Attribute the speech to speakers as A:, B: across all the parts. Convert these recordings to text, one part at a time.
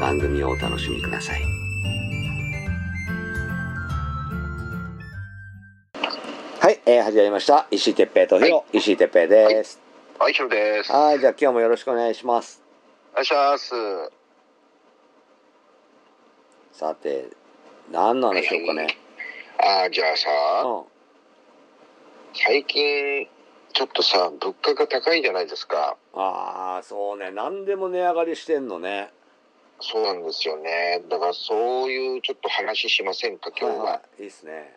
A: 番組をお楽しみください。はい、えー始まりました。石井哲平とひろ、
B: は
A: 石井哲平です。
B: はい、ヒロです。お
A: はい、じゃあ今日もよろしくお願いします。
B: 願いします。
A: さて、何の話しようかね。
B: あーじゃあさ、
A: うん。
B: 最近、ちょっとさ、物価が高いじゃないですか。
A: ああ、そうね。何でも値上がりしてんのね。
B: そうなんですよね。だからそういうちょっと話しませんか、今日は。
A: い、いいっすね。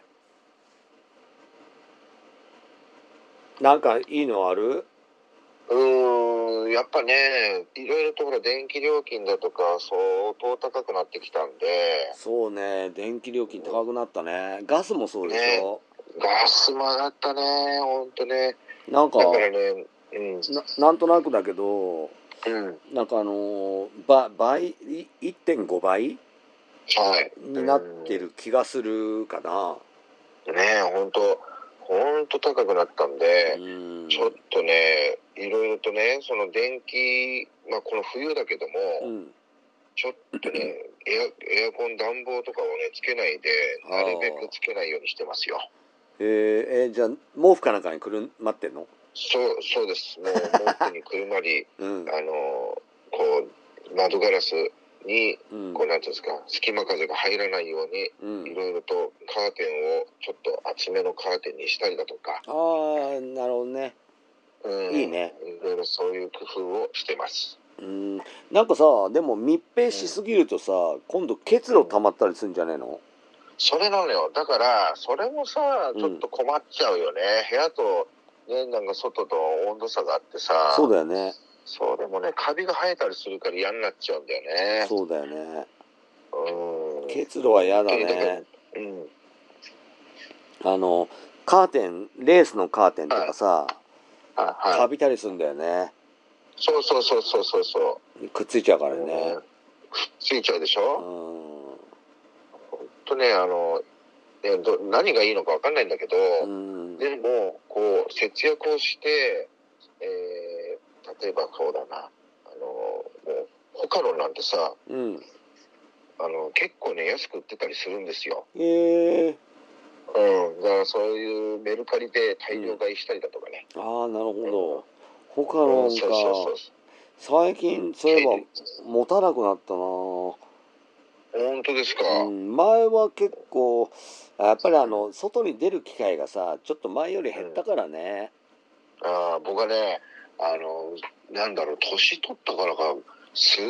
A: なんかいいのある
B: うーん、やっぱね、いろいろとほら、電気料金だとか、相当高くなってきたんで、
A: そうね。電気料金高くなったね。ガスもそうでしょ。
B: ガスも上がったね、ほんとね。
A: なんか
B: だ、からね、うん、
A: ななんとなくだけど、
B: うん、
A: なんかあのー、ば倍、い1.5倍
B: はい。
A: になってる気がするかな。
B: ね、ほんと、ほんと高くなったんで、
A: うん。
B: ちょっとね、いろいろとね、その電気、まあこの冬だけど
A: う
B: も、
A: ん。
B: ちょっとね、エアエアコン、暖房とかをね、つけないで、
A: あ
B: な
A: ー
B: るべくつけないようにしてますよ。
A: えーえーじゃあ毛布かなんかにくるん待ってんの
B: そう、そうです。もう、毛布に くるまり、
A: うん
B: あの、こう、窓ガラスに、
A: うん
B: こう、なんていうんですか、隙間風が入らないように、
A: うん
B: いろいろとカーテンを、ちょっと厚めのカーテンにしたりだとか、
A: ああなるほどね
B: うん、
A: いいね。
B: いろいろそういう工夫をしてます。
A: うんなんかさでも密閉しすぎるとさ今度結露溜まったりするんじゃねえの
B: それなのよ。だから、それもさ、
A: うん
B: ちょっと困っちゃうよね。部屋と、ね、なんか外と温度差があってさ、
A: そうだよね
B: それもね、カビが生えたりするから嫌になっちゃうんだよね。
A: そうだよね
B: うん。
A: 結露は嫌だね
B: うん。
A: あのカーテンレースのカーテンとかさ
B: あは
A: か
B: い。
A: びたりするんだよね
B: そうそうそうそうそうそ
A: くっついちゃうか
B: う。
A: らね
B: うんついちゃうでし
A: う
B: ょ、
A: ん
B: とね、あの、ね、ど何がいいのかわかんないんだけど、
A: うん
B: でも、こう、節約をして、えー、例えばそうだな、あの、もう、ホカロンなんてさ、
A: うん
B: あの、結構ね、安く売ってたりするんですよ。
A: ええ
B: うん。だからそういうメルカリで大量買いしたりだとかね。
A: ああなるほどホカ
B: う
A: ロ
B: ん
A: ン
B: そ
A: か
B: うそうそう。
A: 最近そういえば
B: 経
A: 持たなくなったな
B: 本当ですか、
A: ぁ、うん、前は結構あやっぱりあの外に出る機会がさちょっと前より減ったからね、
B: ああ僕はね、あの、なんだろう、年取ったからか、すっ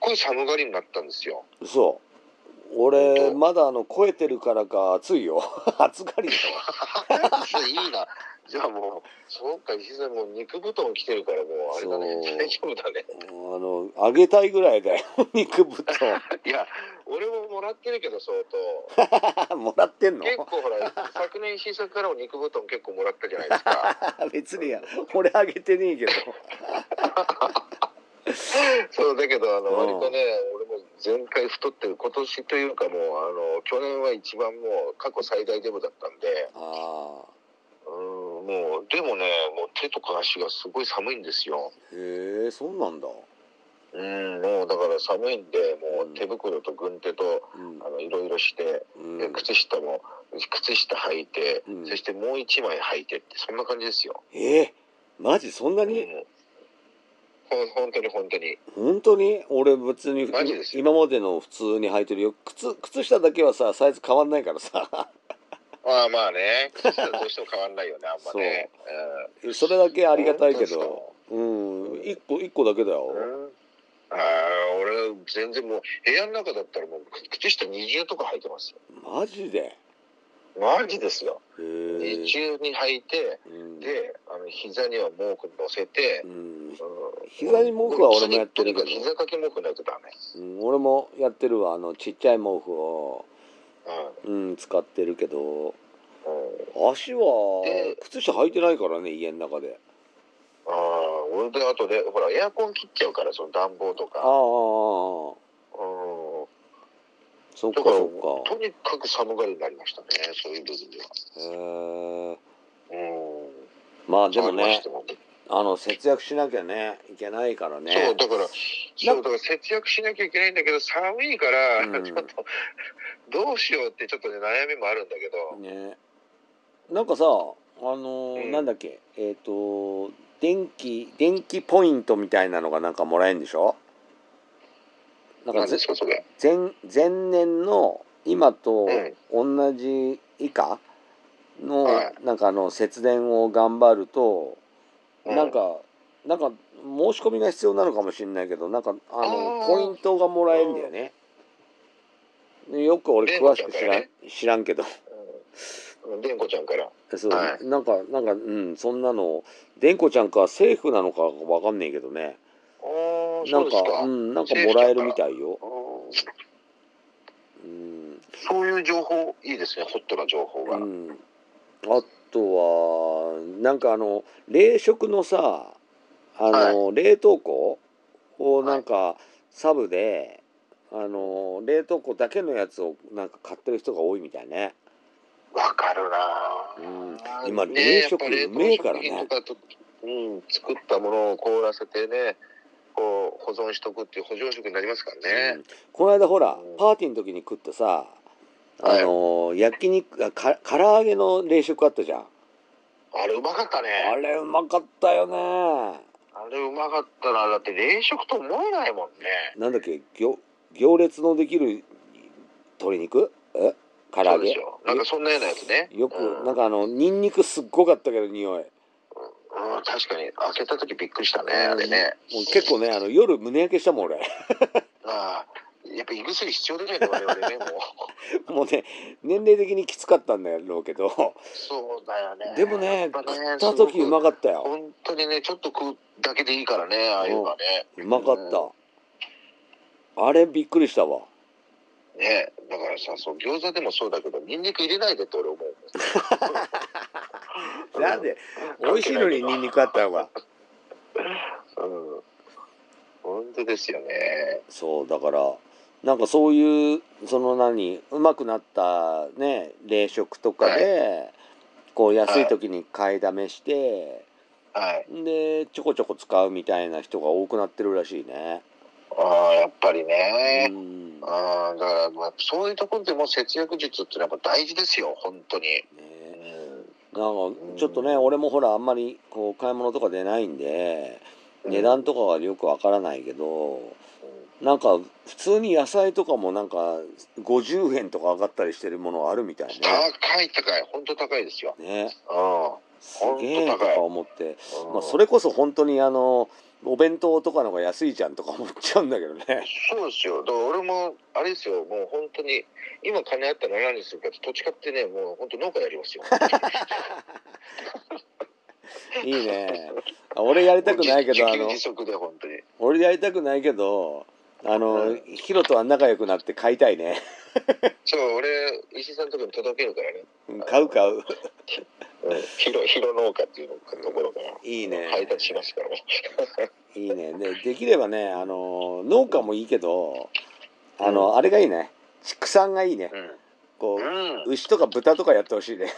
B: ごい寒がりになったんで すよ。
A: そう俺
B: 本当
A: まだあの超えてるからか暑いよ 暑がりだ
B: そういいな。じゃあもう、そうか、石井さんもう肉布団着てるから、もうあれだ
A: そ
B: ね、
A: う
B: 大丈夫だね。
A: わあのあげたいぐらいだよ 肉ぶっ
B: いや、俺ももらってるけど、相 当。
A: ともらってんの
B: 結構ほら、昨年石井さんからも肉布団結構もらったじゃないですか。
A: 別にや俺あげてねえけど
B: そうだけど、あの、
A: うん
B: 割とね、俺も前回太ってる、今年というかもう、あの、去年は一番もう過去最大デブだったんで、
A: ああ
B: うん、もう、でもね、もう手とか足がすごい寒いんですよ。
A: へえそうなんだ、
B: うん、もうだから寒いんで、も
A: うん
B: う手袋と軍手と、
A: うん
B: あの、いろいろして、
A: うん、
B: で靴下も靴下履いて、
A: うん
B: そしてもう一枚履いてってそんな感じですよ。
A: えー、マジそんな
B: うん
A: に
B: もうほん本当に本当に。
A: 本当に俺別に
B: マジですよ
A: 今までの普通に履いてるよ靴靴下だけはさサイズ変わんないからさ
B: まあまあね、そしたらどうしても変わんないよね、あんまね。
A: それだけあ
B: あ
A: りがたいけど。うん一個一個だけだよ、
B: うんああ、俺、全然もう、部屋の中だったらもう、靴下二重とか履いてますよ。
A: マジでへ
B: マジですよ。
A: え
B: 二重に履いて、
A: うん
B: で、あの膝には毛布乗せて
A: う、ん
B: うん
A: 膝に毛布は俺もやってるけど
B: とにかく膝掛け毛布ないとダメ。
A: うん俺もやってるわあのちっちゃい毛布を、
B: う
A: うん、使ってるけど
B: ん。うん
A: 足は
B: で
A: 靴下履いてないからね家の中で
B: ああ、俺で、あとで、ほら、エアコン切っちゃうから、その暖房と
A: ああああああ
B: か。うん。
A: そっか
B: だから、
A: そっ
B: とにかく寒がりになりましたね、そういう部分では。
A: かへえ
B: うん。
A: まあでも
B: 変わりまし
A: ね
B: たもんね
A: あの節約しなきゃねいけないからね
B: そう、だから、そう、だから節約しなきゃいけないんだけど、寒いから、
A: うん
B: ちょっと、 どうしようってちょっとね、悩みもあるんだけど、
A: ねなんかさあのー
B: うん
A: なんだっけえっ、と電気電気ポイントみたいなのがなんかもらえるんでしょなんか
B: 何
A: ぜ
B: ですか、それ。
A: 前前年の今と
B: うん
A: 同じ以下の、
B: は
A: なんかあの節電を頑張ると、
B: うん
A: なんかなんか申し込みが必要なのかもしれないけどなんかあの
B: あー
A: ポイントがもらえるんだよね。でよく俺
B: 電話
A: 詳
B: だ
A: し
B: よ
A: く
B: ね
A: 知らん,、知らんけど
B: うん。でんこちゃんから。
A: そう、
B: はい
A: なんかなんかうんそんなのでんこちゃんか政府なのかわかんないけどね
B: ああ、
A: な
B: そうんで
A: か
B: すか。
A: う
B: あ
A: んなんかもらえるみたいよ。
B: ー
A: うん
B: そういう情報、いいですね、ホットな情報が。
A: う
B: うん。
A: ん、あとはなんかあの冷食のさあの、冷凍庫をなんかサブで、あの冷凍庫だけのやつをなんか買ってる人が多いみたいね
B: わかるなぁ、
A: うん今冷食
B: やっぱ冷凍
A: うめえからね
B: 食品とかとうん、作ったものを凍らせてね、こう保存しとくっていう保存食になりますから
A: う
B: ね
A: ん。この間ほら
B: うん
A: パーティーの時に食ったさあの、焼肉あか唐揚げの冷食あったじゃん
B: あれうまかったね。
A: あれうまかったよね
B: あれうまかったな。だって冷食と思えないもんね。
A: なんだっけ行行列のできる鶏肉え唐揚
B: そうで
A: げ
B: しょ。なんかそんなようなやつね。
A: よく、
B: うん、
A: なんかあのニンニクすっごかったけど匂い
B: うん確かに開けた時びっくりしたね、あれね。
A: もう結構ねあの夜胸焼けしたもん俺
B: ああ、やっぱ胃薬必要ですよね、我々ね、もう。
A: もうね年齢的にきつかったんだろうけど
B: そうだよね。
A: でもね
B: やっぱ
A: 食った時うまかったよ
B: 本当にねちょっと食うだけでいいからねああいうのはね
A: うまかったあれびっくりしたわ
B: ねだからさそう餃子でもそうだけどニンニク入れないでって俺思う
A: なんで美味しいのにニンニクあった方が
B: うん本当ですよね
A: そうだからなんかそういうその何うまくなったね冷食とかで、こう安い時に買いだめして、
B: はい
A: でちょこちょこ使うみたいな人が多くなってるらしいね。
B: ああやっぱり
A: う
B: ね、
A: んね
B: ああだからまあそういうところでも節約術ってやっぱ大事ですよ本当に、うん
A: なんかちょっとね、
B: うん
A: 俺もほらあんまりこう買い物とか出ないんで値段とかはよくわからないけど、なんか普通に野菜とかもなんか50円とか上がったりしてるものあるみたいね。
B: 高い高い本当高いですよ
A: ね
B: うん
A: すげえとか思って、
B: うん
A: まあ、それこそ本当にあのお弁当とかの方が安いじゃんとか思っちゃうんだけどね
B: そうですよ。だから俺も、あれですよ、もう本当に、今金あったら何するかって、土地買ってね、もう本当農家やります よ。
A: いいねあ俺やりたくないけど
B: も
A: あ
B: う自
A: の
B: 給自足で本当に。
A: 俺やりたくないけどあ
B: う
A: の
B: ん
A: ヒロとは仲良くなって買いたいね
B: そう、俺、石井さんのとこに届けるからね。
A: うん買う買う
B: うん、広、広農家っていうところから。
A: いいね
B: 配達しますからね。
A: いいねでできればねあの農家もいいけどあのあれがいいね畜産がいいねこ
B: うん。
A: う
B: うん。
A: 牛とか豚とかやってほしいね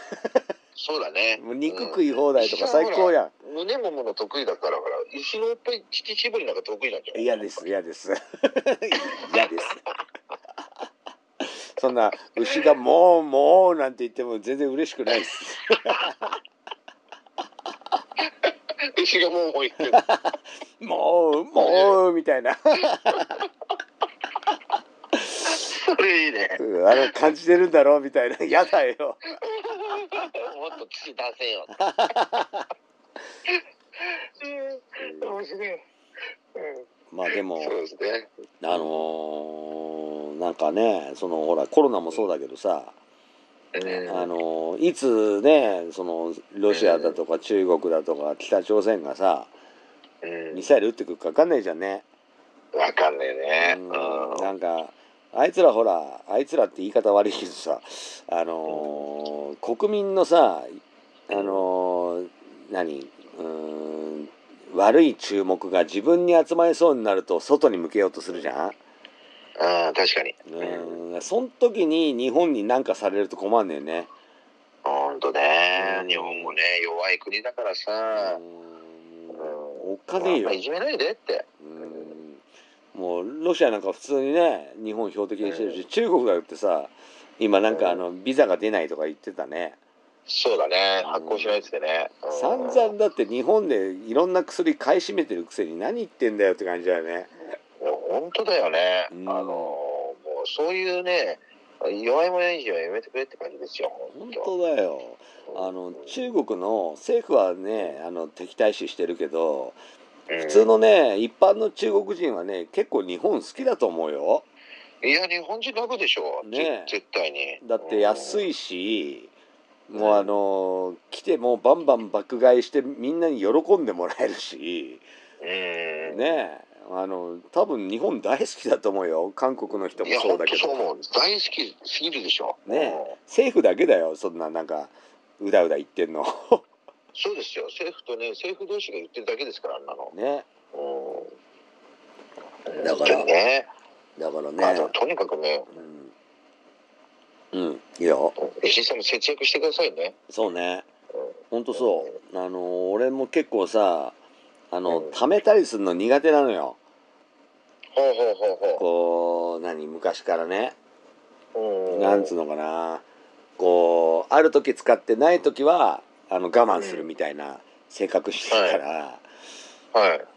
B: そうだね。
A: もう肉食い放題とか最高や
B: うん。胸もむの得意だから、ほら、石のいっぱい乳搾りなんか得意なんじゃ
A: ん
B: ない
A: 嫌です。嫌です 嫌です そんな牛が「もうもう」なんて言っても全然嬉しくないです
B: 石がもうもう言ってる。
C: もう、もう、みたいな。
B: それいいね。
C: うんあの、感じてるんだろうみたいな。やだよ。
B: もっと突き出せよ。面白い。
A: まあで
B: う
A: も
B: ん、、そうですね。
A: あのーなんかね、そのほら、コロナもそうだけどさ、あのーいつね、そのロシアだとか中国だとか北朝鮮がさ、
B: うん
A: ミサイル撃ってくるか分かんないじゃんね。
B: わかんないね。
A: う
B: うんん
A: なんかあいつらほらあいつらって言い方悪いけどさあのー国民のさあのー何うーん悪い注目が自分に集まりそうになると外に向けようとするじゃん。
B: ああ、確かに。うん。
A: うん、そん時に日本に何かされると困んねよね。
B: ほんとね。日本もね、弱い国だからさ。
A: うん
B: うん
A: おっかねえよ
B: まあ。いじめないでって。
A: うんもうロシアなんか普通にね日本標的にしてるし中国だってさ今なんかあのビザが出ないとか言ってたね
B: そうだね。発行しないっつってね。うん
A: 散々だって日本でいろんな薬買い占めてるくせに何言ってんだよって感じだよね
B: いや本当だよね、
A: うん
B: あのもうそういうね弱いもん以上はやめてくれって感じですよ
A: 本
B: 本当
A: 当だよあの中国の政府はねあの敵対視してるけど普通、のね一般の中国人はね結構日本好きだと思うよ
B: うんいや日本人楽でしょ、
A: ね
B: ね、絶対に
A: だって安いし
B: し、
A: もうあの来てもうバンバン爆買いしてみんなに喜んでもらえるし
B: うん、
A: ねえあの多分日本大好きだと思うよ韓国の人
B: い
A: も
B: や
A: そ
B: 本
A: うだ
B: 当
A: け
B: そう思
A: ど
B: う大好きすぎるでしょ
A: ね
B: うん
A: 政府だけだよそんななんかうだうだ言ってんの
B: そうですよ政府とね政府同士が言ってるだけですからあんなの、
A: ね
B: うん、
A: だから
B: 本当にね
A: だから
B: あ
A: ね
B: のとにかくね
A: うん、うん、いいよ
B: 石井さんも節約してくださいね
A: そうね
B: うん
A: ほんとそうあの俺も結構さあの
B: うん
A: 貯めたりするの苦手なのよ
B: ほうほうほうほ
A: こう何昔からね
B: うう
A: なんつうのかなこうある時使ってない時はあの我慢するみたいな性格してるから、
B: はい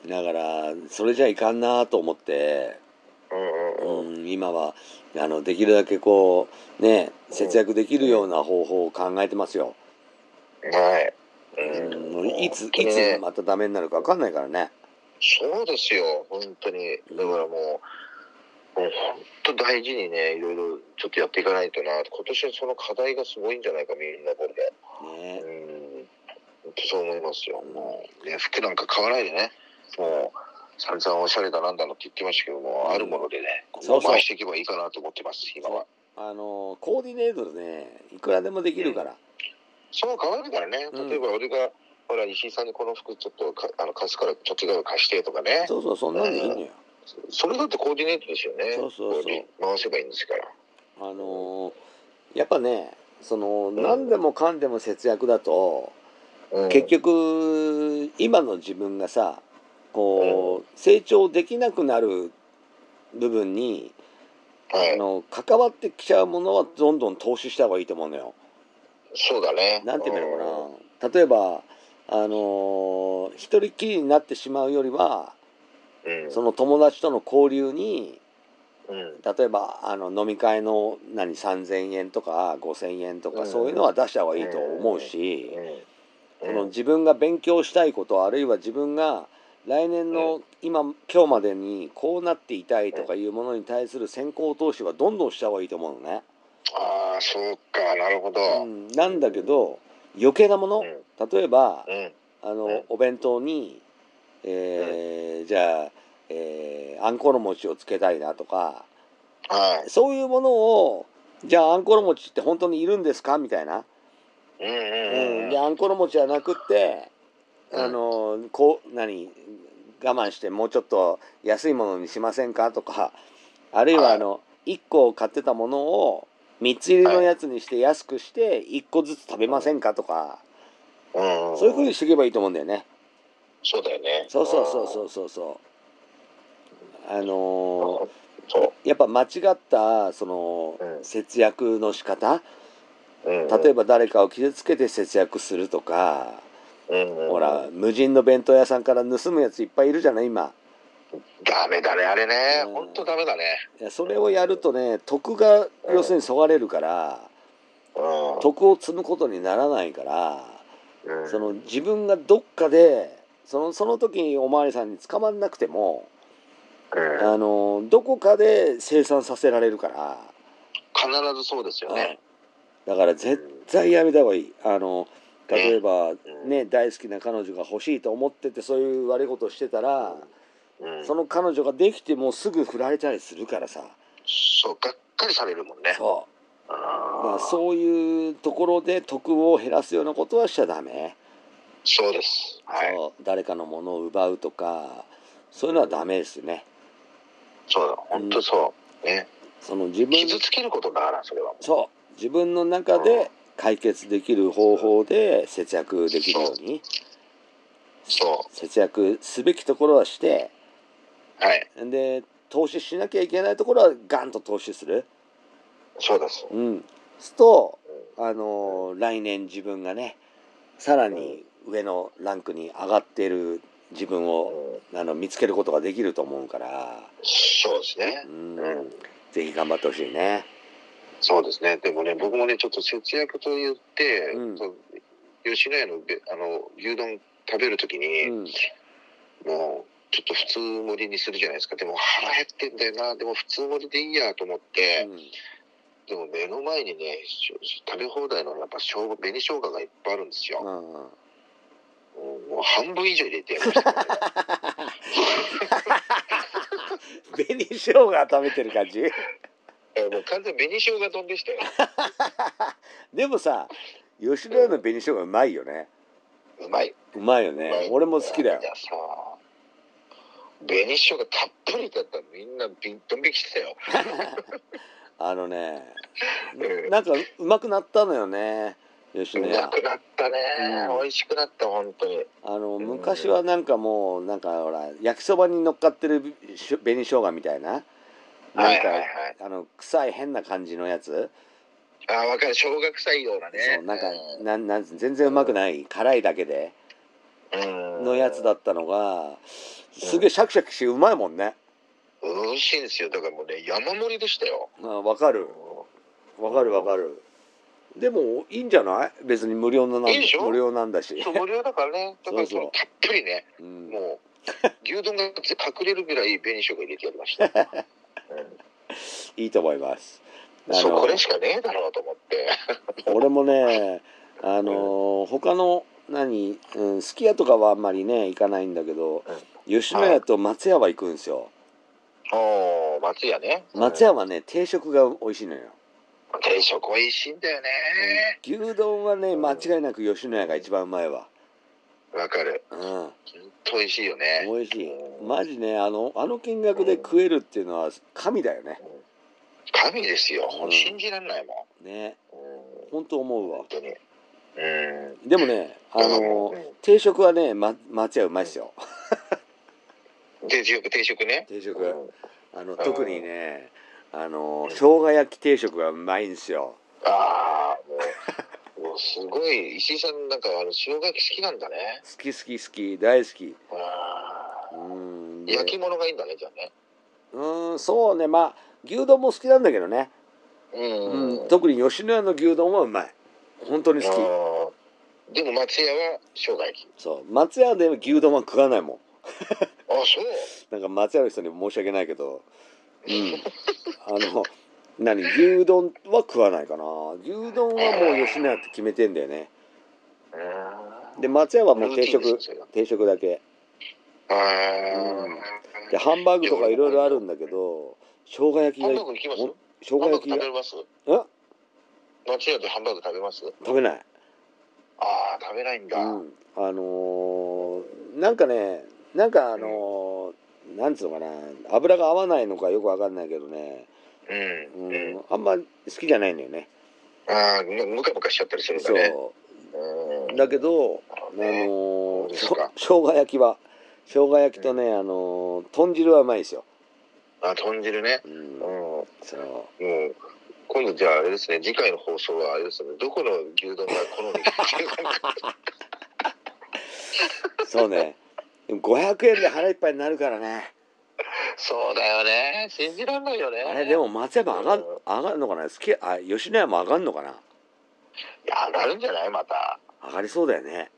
A: だからそれじゃいかんなと思って、
B: うんうんうん
A: うん、今はあのできるだけこうね節約できるような方法を考えてますよ、
B: はい。
A: うん、もういつい
B: 本当に
A: つ
B: ね
A: またダメになるか分かんないからね
B: そうですよ、本当に。だからもう、もう本当大事にね、いろいろちょっとやっていかないとな。今年はその課題がすごいんじゃないか、みんなこれで。
A: ね
B: うん。本当そう思いますよ。もう、ね、服なんか買わないでね。もう、散々おしゃれだなんだのって言ってましたけども、あるものでね、
A: そうそう
B: 回していけばいいかなと思ってます、今は。
A: あのコーディネートでねいくらでもできるから、
B: そう変わるからね。
A: うん
B: 例えば俺が、ほら、石井さんにこの服ちょっとかあの貸すから、ちょっと違うの貸してとかね。
A: そうそうそんなんでいいのよ
B: それだってコーディネートですよね。
A: そうそうそう
B: こに回せばいいんですから。
A: あのーやっぱねその何でもかんでも節約だと、結局今の自分がさこう成長できなくなる部分に
B: 局、は
A: あ
B: い、
A: の関わってきちゃうものはどんどん投資した方がいいと思うのよ。
B: そうだね。
A: なんて言うのかな例えばあのー一人っきりになってしまうよりは
B: うん。
A: その友達との交流に
B: うん。
A: 例えばあの飲み会の何3,000円とか5,000円と
B: う
A: か
B: ん
A: そういうのは出した方がいいと思うし。
B: う
A: そ
B: ん。
A: の
B: うん。
A: 自分が勉強したいことあるいは自分が来年
B: う
A: の今今日までにこうなっていたいとかいうものに対する先行投資はどんどんした方がいいと思うのね。
B: ああ、そうか、なるほど。
A: う
B: うん。
A: ん、なんだけど余計なもの
B: うん
A: 例えば
B: うん。
A: あ
B: うん
A: のお弁当に、えーじゃあ、えーあんころ餅をつけたいなとか
B: はい。
A: そういうものをじゃああんころ餅って本当にいるんですかみたいな
B: うん
A: う、
B: うんん
A: で
B: うん。
A: あんころ餅じゃなくって、
B: うん
A: あのこう何我慢してもうちょっと安いものにしませんかとかあるいは
B: はい
A: あの、1個買ってたものを3つ入りのやつにして安くして1個ずつ食べませんかとか、
B: うんん
A: そういうふうにしていけばいいと思うんだよね。
B: そうだよね。
A: そうそうそうそうそうそう。あのー
B: うん。そ
A: やっぱ間違ったその
B: うん
A: 節約の仕方
B: う。うん。
A: 例えば誰かを傷つけて節約するとか
B: うんうん
A: ほら無人の弁当屋さんから盗むやついっぱいいるじゃない今
B: ダメだねあれね
A: うん
B: 本当ダメだね
A: いやそれをやるとね徳が要するにそがれるから
B: うん
A: 徳を積むことにならないから
B: うん
A: その自分がどっかでそのその時におまわりさんに捕まんなくても
B: うん
A: あのどこかで生産させられるから、
B: 必ずそうですよね
A: だから絶対やめた方がいいあの例えば
B: うん
A: ね大好きな彼女が欲しいと思っててそういう悪いことをしてたら
B: うん
A: その彼女ができてもうすぐ振られたりするからさ
B: そうがっかりされるもんね
A: そうう、
B: ん
A: まあ、そういうところで得を減らすようなことはしちゃダメ、
B: そうですはい
A: そう誰かのものを奪うとかそういうのはダメですよね
B: そうだ本当そうね
A: その自分
B: 傷つけることだからそれは
A: そう自分の中で解決できる方法で節約できるように
B: そ
A: 節約すべきところはして
B: うはい
A: で投資しなきゃいけないところはガンと投資する
B: そうです
A: うんすとあのー来年自分がねさらに上のランクに上がってる自分
B: う
A: を
B: ん
A: あの見つけることができると思うから
B: そうですね
A: うん
B: うん
A: ぜひ頑張ってほしいね
B: そうですね。でもね、僕もね、ちょっと節約と言って、
A: うん
B: そう吉野家のべあの牛丼食べるとき
A: う
B: に、
A: ん
B: もうちょっと普通盛りにするじゃないですか。でも腹減ってんだよな。でも普通盛りでいいやと思って、でも目の前にね、しょ食べ放題のやっぱ生姜、紅生姜がいっぱいあるんです
A: う
B: よ。
A: ん うん
B: もう半分以上入れてやりました、ね。
A: 紅生姜食べてる感じ
B: えもう完全に紅生姜丼でしたよ。
A: でもさ吉野家の紅生姜うまいよね
B: うまい。
A: うまいよ
B: うまい
A: ね俺も好きだよ
B: いやさ、紅生姜たっぷりだったらみんなびんとんびきしてたよ。
A: あのね
B: うん
A: なんかうまくなったのよね吉
B: う
A: 野
B: ま
A: 家
B: くなったね、
A: うん
B: 美味しくなった本当に
A: あの昔はなんかもうなんかほら焼きそばに乗っかってるしょ紅生姜みたいな
B: は
A: なん
B: い
A: か
B: はいはい
A: あの臭い変な感じのやつ
B: あ分かる小学生ようなね
A: そうなんか
B: う
A: なんなん全然うまくない辛いだけで
B: ん
A: のやつだったのがすげえシャキシャキしてうまいもんね
B: 美味しいんですよだからもうね山盛りでしたよ
A: あわかるわかるわかるでもいいんじゃない別に無料のなん
B: いいでしょ
A: 無料なんだし、
B: そう無料だからねだからそ
A: そうそ
B: の
A: う
B: たっぷりね
A: うん、
B: もう牛丼が隠れるぐらい紅生姜入れてやりま した、う
A: いいと思います
B: ん、そうこれしかねえだろうと思って
A: 俺もねあのー他の何、うん、すき家とかはあんまりね行かないんだけど吉野家と松屋は行くんですよ
B: おー松屋ね
A: 松屋はね定食が美味しいのよ
B: うん定食美味しいんだよね
A: 牛丼はね間違いなく吉野家が一番うまいわ
B: わかる
A: うん
B: 本当美味しいよね
A: 美味しいマジねあのあの金額で食えるっていうのは神だよね
B: 神ですよ、
A: うん
B: 信じられないも
A: ね
B: ん、
A: 本当思うわ
B: 本当にうん
A: でもねあ
B: だから
A: のー
B: う
A: 定食はね、ま、松屋うまいっすよ
B: ん定食定食ね
A: 定
B: う
A: 食
B: ん
A: あ
B: ん
A: の特にねあの生姜焼き定食がうまいんですよ
B: ああもう もうすごい石井さんなんかあの塩焼き好きなんだね
A: 好き好き好き大好き
B: あ
A: うーん
B: ー焼き
A: で
B: 物がいいんだねじゃあね
A: うーんそうねまあ牛丼も好きなんだけどね、
B: うん
A: うん、特に吉野家の牛丼はうまい本当に好き
B: 好きでも松屋は生姜焼き
A: そう松屋で牛丼は食わないもん
B: あそう
A: なんか松屋の人に申し訳ないけどうん あの何牛丼は食わないかな牛丼はもう吉野家って決めてんだよねで松屋はもう定
B: ルーティン
A: 食
B: ですよ
A: 定食だけ
B: あ
A: うんでハンバーグとかいろいろあるんだけど生姜焼き
B: ハ
A: が
B: ンバーグ行きます
A: ほん生
B: ハ
A: 姜
B: ンバー
A: 焼
B: グ
A: き
B: 食
A: が
B: べます
A: え
B: 松屋でハンバーグ食べます
A: 食べない、
B: ああ食べないん
A: う
B: だ、
A: ん、あのーなんかねなんかあのーなんつうのかな油が合わないのかよくわかんないけどね、
B: うん、
A: う
B: うん
A: ん、あんま好きじゃないんだよね
B: ああむかむかしちゃったりするんだね
A: そううんだけど、あ
B: あ
A: の
B: ね
A: ー
B: うで
A: し
B: す
A: ょ
B: か
A: 生姜焼きは生姜焼きとね、あのー豚汁はうまいですよ、
B: あ豚汁ね
A: う
B: うん
A: ん、
B: も
A: そう
B: う今度じゃああれですね 次回の放送はあれですねどこの牛丼が好みかっていう
A: そうねでも500円で腹いっぱいになるからね
B: そうだよね信じらんないよね
A: あれでも松山上がん
B: うん
A: 上がるのかな好きあ吉野家も上がるのかない
B: や上がるんじゃないまた
A: 上がりそうだよね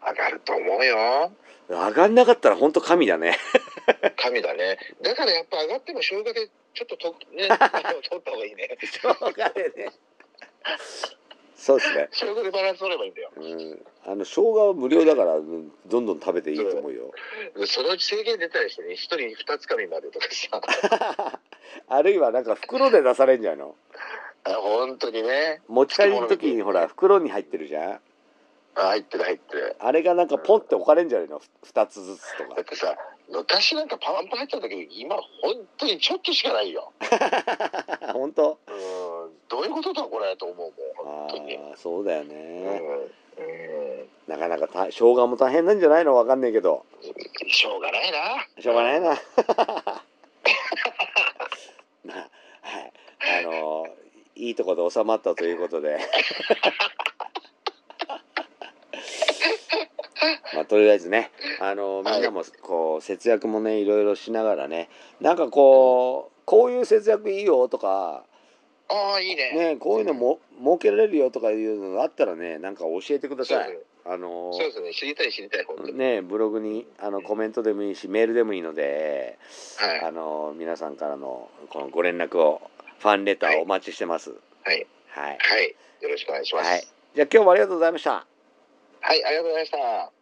B: 上がると思うよ
A: 上がんなかったら本当神だね
B: 神だねだからやっぱ上がっても生姜でちょっとと ねあの取った方がいいね
A: しょうがねえねそうですね
B: 生姜でバランス取ればいいんだよ
A: うんあの生姜は無料だからうんどんどん食べていいと思うよ
B: そのうち制限出たりしてね一人二つ紙までとかさ
A: あるいはなんか袋で出されんじゃないの
B: あ本当にね
A: 持ち帰りの時にほら袋に入ってるじゃん
B: あ入ってる入ってる
A: あれがなんかポンって置かれんじゃないの2つずつと
B: だってさ昔なんかパワンパン入ってたんだけど今本当にちょっとしかないよ
A: か本当
B: うんどういうことだこれと思うもん
A: あ
B: 本当に
A: あそうだよ
B: う
A: ね、
B: んうん
A: なかなかた生姜も大変なんじゃないのわかんないけど
B: しょうがないな
A: しょうが ないなまあはいあのーいいとこで収まったということ でまあとりあえずねあのーみんなもこう節約もねいろいろしながらねなんかこうこういう節約いいよとか
B: ああいいね
A: ねこういうのも設けられるよとかいうのがあったらねなんか教えてくだ
B: そう
A: さ
B: です
A: い
B: ね
A: あのー
B: そうですね知りたい知りたい本当に、
A: ねブログにあのコメントでもいいしメールでもいいので、
B: はい
A: あの皆さんからのこのご連絡をファンレターをお待ちしてます。
B: はい
A: はい。
B: はいよろしくお願いします
A: はい。じゃあ今日もありがとうございました。
B: はい、ありがとうございました